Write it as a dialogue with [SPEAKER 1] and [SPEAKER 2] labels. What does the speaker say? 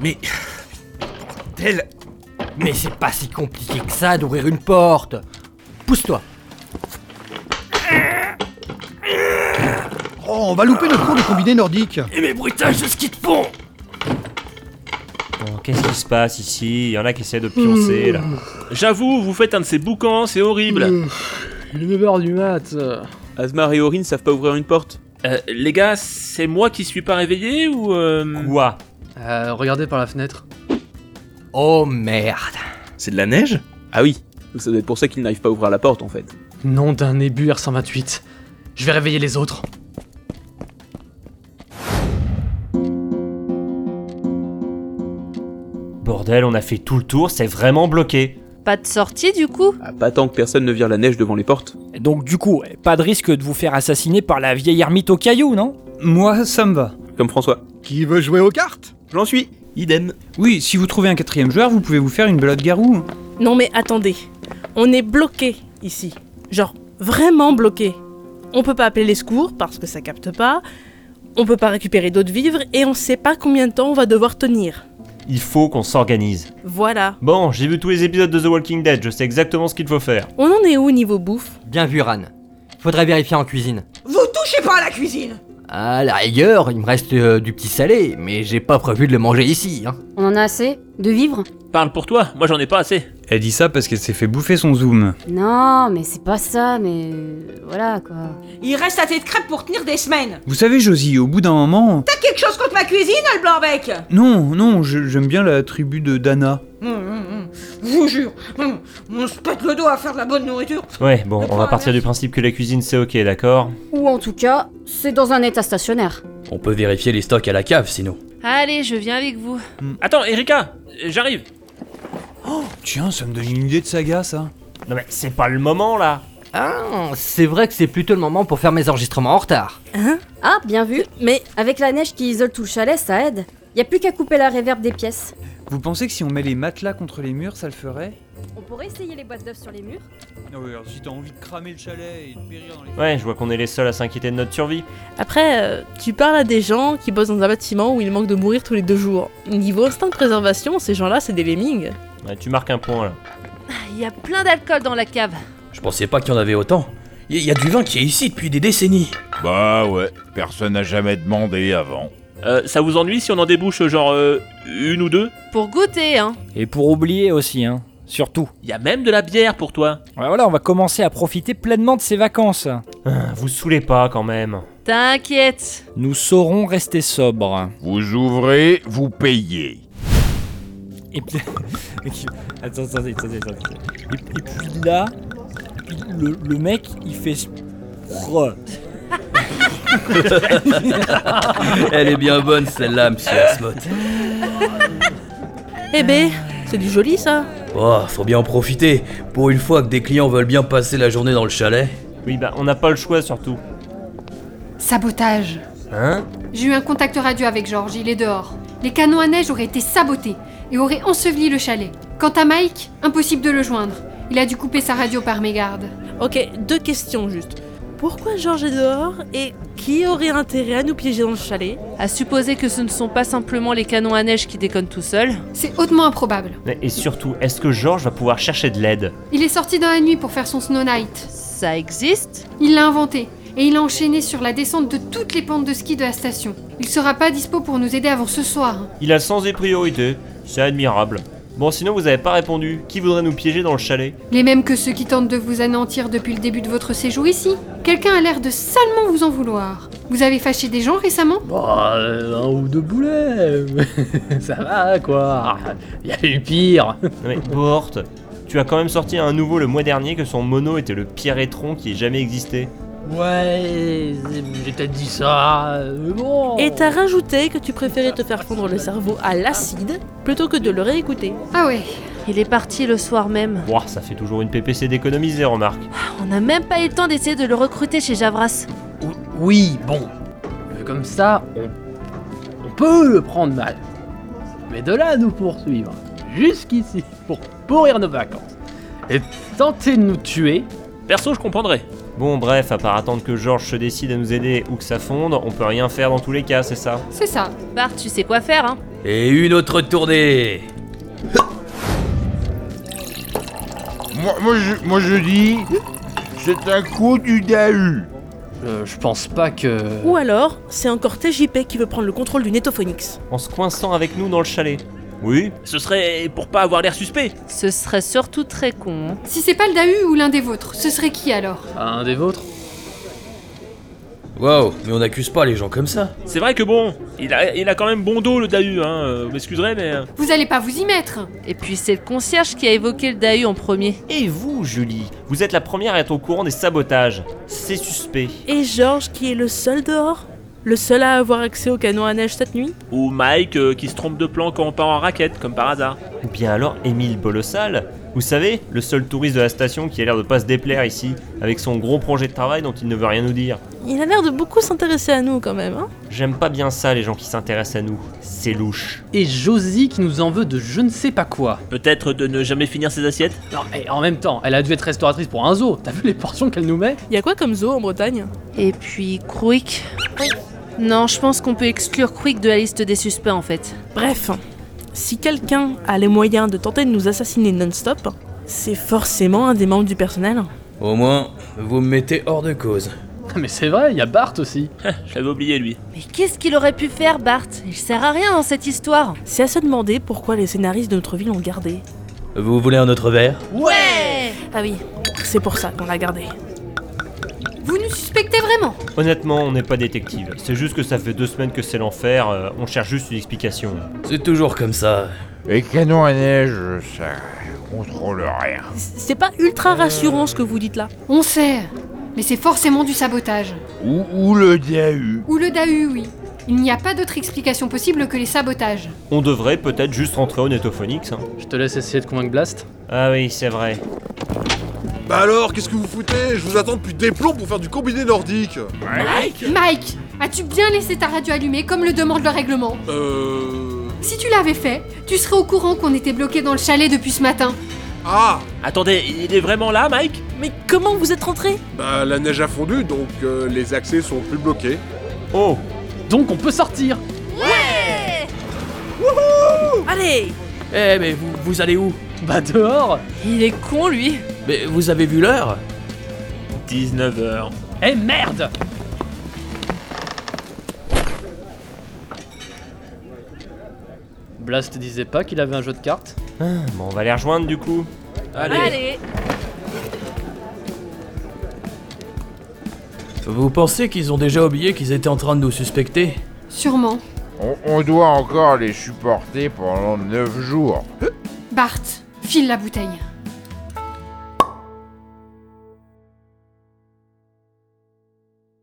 [SPEAKER 1] Mais. Tel.
[SPEAKER 2] Mais c'est pas si compliqué que ça d'ouvrir une porte. Pousse-toi.
[SPEAKER 3] Oh, on va louper notre cours de combiné nordique.
[SPEAKER 1] Et mes bruitages de ski de fond
[SPEAKER 4] Bon, Qu'est-ce qui se passe ici Il y en a qui essaient de pioncer là.
[SPEAKER 5] Hmm.
[SPEAKER 6] J'avoue, vous faites un de ces boucans, c'est horrible.
[SPEAKER 7] Mm.
[SPEAKER 8] Il est 9h du mat. euh.
[SPEAKER 9] Asmar et Orin savent pas ouvrir une porte.
[SPEAKER 6] Euh, les gars, c'est moi qui suis pas réveillé ou euh,
[SPEAKER 4] Quoi
[SPEAKER 8] Euh, regardez par la fenêtre.
[SPEAKER 2] Oh merde.
[SPEAKER 1] C'est de la neige
[SPEAKER 9] Ah oui, ça doit être pour ça qu'ils n'arrivent pas à ouvrir la porte en fait.
[SPEAKER 8] Nom d'un ébu R128. Je vais réveiller les autres.
[SPEAKER 4] Bordel, on a fait tout le tour, c'est vraiment bloqué.
[SPEAKER 10] Pas de sortie du coup
[SPEAKER 9] Ah, pas tant que personne ne vire la neige devant les portes.
[SPEAKER 5] Donc du coup, pas de risque de vous faire assassiner par la vieille ermite au caillou, non
[SPEAKER 11] Moi, ça me va.
[SPEAKER 9] Comme François.
[SPEAKER 3] Qui veut jouer aux cartes
[SPEAKER 9] J'en suis.
[SPEAKER 1] Idem.
[SPEAKER 11] Oui, si vous trouvez un quatrième joueur, vous pouvez vous faire une balade garou. hein.
[SPEAKER 10] Non mais attendez, on est bloqué ici. Genre vraiment bloqué. On peut pas appeler les secours parce que ça capte pas. On peut pas récupérer d'autres vivres et on sait pas combien de temps on va devoir tenir.
[SPEAKER 4] Il faut qu'on s'organise.
[SPEAKER 10] Voilà.
[SPEAKER 4] Bon, j'ai vu tous les épisodes de The Walking Dead, je sais exactement ce qu'il faut faire.
[SPEAKER 10] On en est où niveau bouffe
[SPEAKER 2] Bien vu, Ran. Faudrait vérifier en cuisine.
[SPEAKER 12] Vous touchez pas à la cuisine
[SPEAKER 2] À la rigueur, il me reste euh, du petit salé, mais j'ai pas prévu de le manger ici. Hein.
[SPEAKER 13] On en a assez De vivre
[SPEAKER 6] Parle pour toi, moi j'en ai pas assez.
[SPEAKER 11] Elle dit ça parce qu'elle s'est fait bouffer son zoom.
[SPEAKER 13] Non, mais c'est pas ça, mais. euh, Voilà quoi.
[SPEAKER 12] Il reste à tête crêpe pour tenir des semaines.
[SPEAKER 11] Vous savez, Josie, au bout d'un moment...
[SPEAKER 12] T'as quelque chose contre ma cuisine, le blanc-bec
[SPEAKER 11] Non, non, je- j'aime bien la tribu de Dana.
[SPEAKER 12] Hum, hum, hum. Je vous jure, hum, on se pète le dos à faire de la bonne nourriture.
[SPEAKER 4] Ouais, bon, on va partir du principe que la cuisine c'est ok, d'accord
[SPEAKER 13] Ou en tout cas, c'est dans un état stationnaire.
[SPEAKER 7] On peut vérifier les stocks à la cave sinon.
[SPEAKER 10] Allez, je viens avec vous.
[SPEAKER 6] Attends, Erika, euh, j'arrive.
[SPEAKER 11] Tiens, ça me donne une idée de saga, ça.
[SPEAKER 4] Non mais c'est pas le moment là
[SPEAKER 2] Ah, c'est vrai que c'est plutôt le moment pour faire mes enregistrements en retard.
[SPEAKER 13] Ah, bien vu
[SPEAKER 10] Mais
[SPEAKER 13] Avec la neige qui isole tout le chalet, ça aide. Y a plus qu'à couper la réverbe des pièces.
[SPEAKER 11] Vous pensez que si on met les matelas contre les murs, ça le ferait
[SPEAKER 13] On pourrait essayer les boîtes d'œufs sur les murs
[SPEAKER 11] Non, oui, alors si t'as envie de cramer le chalet et de périr dans les...
[SPEAKER 4] Ouais, je vois qu'on est les seuls à s'inquiéter de notre survie.
[SPEAKER 10] après, euh, tu parles à des gens qui bossent dans un bâtiment où ils manquent de mourir tous les deux jours. Niveau instinct de préservation, ces gens-là, c'est des lemmings.
[SPEAKER 4] Ouais, tu marques un point là.
[SPEAKER 10] Ah, Il y a plein d'alcool dans la cave.
[SPEAKER 7] Je pensais pas qu'il y en avait autant. Il y a du vin qui est ici depuis des décennies.
[SPEAKER 14] Bah ouais, personne n'a jamais demandé avant.
[SPEAKER 6] Euh, ça vous ennuie si on en débouche euh, genre euh, une ou deux
[SPEAKER 10] Pour goûter, hein.
[SPEAKER 5] Et pour oublier aussi, hein. Surtout.
[SPEAKER 6] Il y a même de la bière pour toi.
[SPEAKER 5] Ouais, voilà, on va commencer à profiter pleinement de ces vacances.
[SPEAKER 4] Ah, Vous saoulez pas quand même.
[SPEAKER 10] T'inquiète.
[SPEAKER 5] Nous saurons rester sobres.
[SPEAKER 14] Vous ouvrez, vous payez.
[SPEAKER 5] Et puis... attends, attendez, attendez, attendez. Et, et puis là, il- le, le mec, il fait... ce- Re.
[SPEAKER 7] Elle est bien bonne celle-là, monsieur Asmod.
[SPEAKER 10] Eh ben, c'est du joli ça.
[SPEAKER 7] Oh, faut bien en profiter. Pour une fois que des clients veulent bien passer la journée dans le chalet.
[SPEAKER 4] Oui, bah on n'a pas le choix surtout.
[SPEAKER 13] Sabotage
[SPEAKER 4] Hein
[SPEAKER 13] J'ai eu un contact radio avec Georges, il est dehors. Les canons à neige auraient été sabotés et auraient enseveli le chalet. Quant à Mike, impossible de le joindre. Il a dû couper sa radio par mégarde.
[SPEAKER 10] Ok, deux questions juste. Pourquoi Georges est dehors et qui aurait intérêt à nous piéger dans le chalet
[SPEAKER 12] À supposer que ce ne sont pas simplement les canons à neige qui déconnent tout seuls.
[SPEAKER 13] C'est hautement improbable.
[SPEAKER 4] Mais- Et surtout, est-ce que Georges va pouvoir chercher de l'aide
[SPEAKER 13] Il est sorti dans la nuit pour faire son Snow Night.
[SPEAKER 12] Ça existe
[SPEAKER 13] Il l'a inventé et il l'a enchaîné sur la descente de toutes les pentes de ski de la station. Il sera pas dispo pour nous aider avant ce soir. hein.
[SPEAKER 4] Il a sans des priorités, c'est admirable. Bon, sinon vous avez pas répondu. Qui voudrait nous piéger dans le chalet
[SPEAKER 13] Les mêmes que ceux qui tentent de vous anéantir depuis le début de votre séjour ici. Quelqu'un a l'air de salement vous en vouloir. Vous avez fâché des gens récemment
[SPEAKER 8] Bon,
[SPEAKER 5] Bah,
[SPEAKER 8] euh, un ou deux boulets. ça va quoi. Il y a eu pire.
[SPEAKER 4] Non mais Borte, tu as quand même sorti un nouveau le mois dernier que son mono était le pire étron qui ait jamais existé.
[SPEAKER 8] Ouais, j'ai peut-être dit ça. mais bon.
[SPEAKER 10] Et t'as rajouté que tu préférais te faire fondre le cerveau à l'acide plutôt que de le réécouter.
[SPEAKER 13] Ah ouais.
[SPEAKER 12] Il est parti le soir même.
[SPEAKER 4] Ouah, ça fait toujours une PPC d'économiser, remarque.
[SPEAKER 12] On n'a même pas eu le temps d'essayer de le recruter chez Javras.
[SPEAKER 8] Oui, bon. Mais Comme ça, on, on peut le prendre mal. Mais de là à nous poursuivre, jusqu'ici, pour pourrir nos vacances, et tenter de nous tuer,
[SPEAKER 6] Perso, je comprendrais.
[SPEAKER 4] Bon, bref, à part attendre que Georges se décide à nous aider ou que ça fonde, on peut rien faire dans tous les cas, c'est ça
[SPEAKER 13] C'est ça.
[SPEAKER 10] Bart, tu sais quoi faire, hein
[SPEAKER 7] Et une autre tournée
[SPEAKER 14] Moi, moi, je, moi, je dis, c'est un coup du DAU.
[SPEAKER 8] euh, je pense pas que.
[SPEAKER 10] Ou alors, c'est encore TJP qui veut prendre le contrôle du Netophonix.
[SPEAKER 4] En se coinçant avec nous dans le chalet. Oui
[SPEAKER 6] Ce serait pour pas avoir l'air suspect.
[SPEAKER 15] Ce serait surtout très con. hein.
[SPEAKER 13] Si c'est pas le Dahu ou l'un des vôtres, ce serait qui alors
[SPEAKER 8] Un des vôtres
[SPEAKER 7] Waouh, mais on n'accuse pas les gens comme ça.
[SPEAKER 6] C'est vrai que bon, il a, il a quand même bon dos le Dahu, hein. euh, Vous m'excuserez, mais. euh,
[SPEAKER 13] Vous allez pas vous y mettre
[SPEAKER 15] Et puis c'est le concierge qui a évoqué le Dahu en premier.
[SPEAKER 4] Et vous, Julie Vous êtes la première à être au courant des sabotages. C'est suspect.
[SPEAKER 10] Et Georges, qui est le seul dehors Le seul à avoir accès au canon à neige cette nuit
[SPEAKER 6] Ou Mike euh, qui se trompe de plan quand on part en raquette, comme par hasard.
[SPEAKER 4] Ou bien alors Émile Bolossal Vous savez, le seul touriste de la station qui a l'air de pas se déplaire ici, avec son gros projet de travail dont il ne veut rien nous dire.
[SPEAKER 10] Il a l'air de beaucoup s'intéresser à nous quand même, hein
[SPEAKER 4] J'aime pas bien ça, les gens qui s'intéressent à nous. C'est louche.
[SPEAKER 8] Et Josie qui nous en veut de je ne sais pas quoi.
[SPEAKER 6] Peut-être de ne jamais finir ses assiettes
[SPEAKER 8] Non, mais en même temps, elle a dû être restauratrice pour un zoo. T'as vu les portions qu'elle nous met
[SPEAKER 10] Y a quoi comme zoo en Bretagne
[SPEAKER 15] Et puis Quick. Non, je pense qu'on peut exclure Quick de la liste des suspects en fait.
[SPEAKER 10] Bref, si quelqu'un a les moyens de tenter de nous assassiner non-stop, c'est forcément un des membres du personnel.
[SPEAKER 7] Au moins, vous me mettez hors de cause.
[SPEAKER 8] Mais c'est vrai, il y a Bart aussi.
[SPEAKER 6] Je l'avais oublié, lui.
[SPEAKER 15] Mais qu'est-ce qu'il aurait pu faire, Bart Il sert à rien dans cette histoire.
[SPEAKER 10] C'est à se demander pourquoi les scénaristes de notre ville l'ont gardé.
[SPEAKER 7] Vous voulez un autre verre
[SPEAKER 10] Ouais Ah oui, c'est pour ça qu'on l'a gardé.
[SPEAKER 13] Vous nous suspectez vraiment
[SPEAKER 4] Honnêtement, on n'est pas détective. C'est juste que ça fait deux semaines que c'est l'enfer, euh, on cherche juste une explication.
[SPEAKER 7] C'est toujours comme ça.
[SPEAKER 14] Les canons à neige, ça contrôle rien.
[SPEAKER 10] C'est pas ultra rassurant ce que vous dites là.
[SPEAKER 13] On sait, mais c'est forcément du sabotage.
[SPEAKER 14] Ou, ou le DAU.
[SPEAKER 13] Ou le Dahu, Ah oui. Il n'y a pas d'autre explication possible que les sabotages.
[SPEAKER 4] On devrait peut-être juste rentrer au Netophonix. hein.
[SPEAKER 8] Je te laisse essayer de convaincre Blast.
[SPEAKER 4] Ah oui, c'est vrai.
[SPEAKER 16] Bah alors, qu'est-ce que vous foutez Je vous attends depuis des plombs pour faire du combiné nordique
[SPEAKER 13] Mike, as-tu bien laissé ta radio allumée comme le demande le règlement
[SPEAKER 16] Euh...
[SPEAKER 13] Si tu l'avais fait, tu serais au courant qu'on était bloqué dans le chalet depuis ce matin.
[SPEAKER 16] Ah
[SPEAKER 6] Attendez, il est vraiment là, Mike
[SPEAKER 10] Mais comment vous êtes rentrés
[SPEAKER 16] Bah la neige a fondu, donc euh, les accès sont plus bloqués.
[SPEAKER 4] Oh
[SPEAKER 8] Donc on peut sortir
[SPEAKER 10] Allez
[SPEAKER 7] Eh, mais vous, vous allez où
[SPEAKER 8] Bah dehors
[SPEAKER 15] Il est con, lui.
[SPEAKER 7] Mais vous avez vu l'heure
[SPEAKER 6] 19h.
[SPEAKER 8] Eh merde Blast disait pas qu'il avait un jeu de cartes
[SPEAKER 4] Ah, Bon, on va les rejoindre du coup.
[SPEAKER 8] Allez,
[SPEAKER 7] Vous pensez qu'ils ont déjà oublié qu'ils étaient en train de nous suspecter
[SPEAKER 13] Sûrement.
[SPEAKER 14] On, on doit encore les supporter pendant 9 jours.
[SPEAKER 13] Bart, file la bouteille.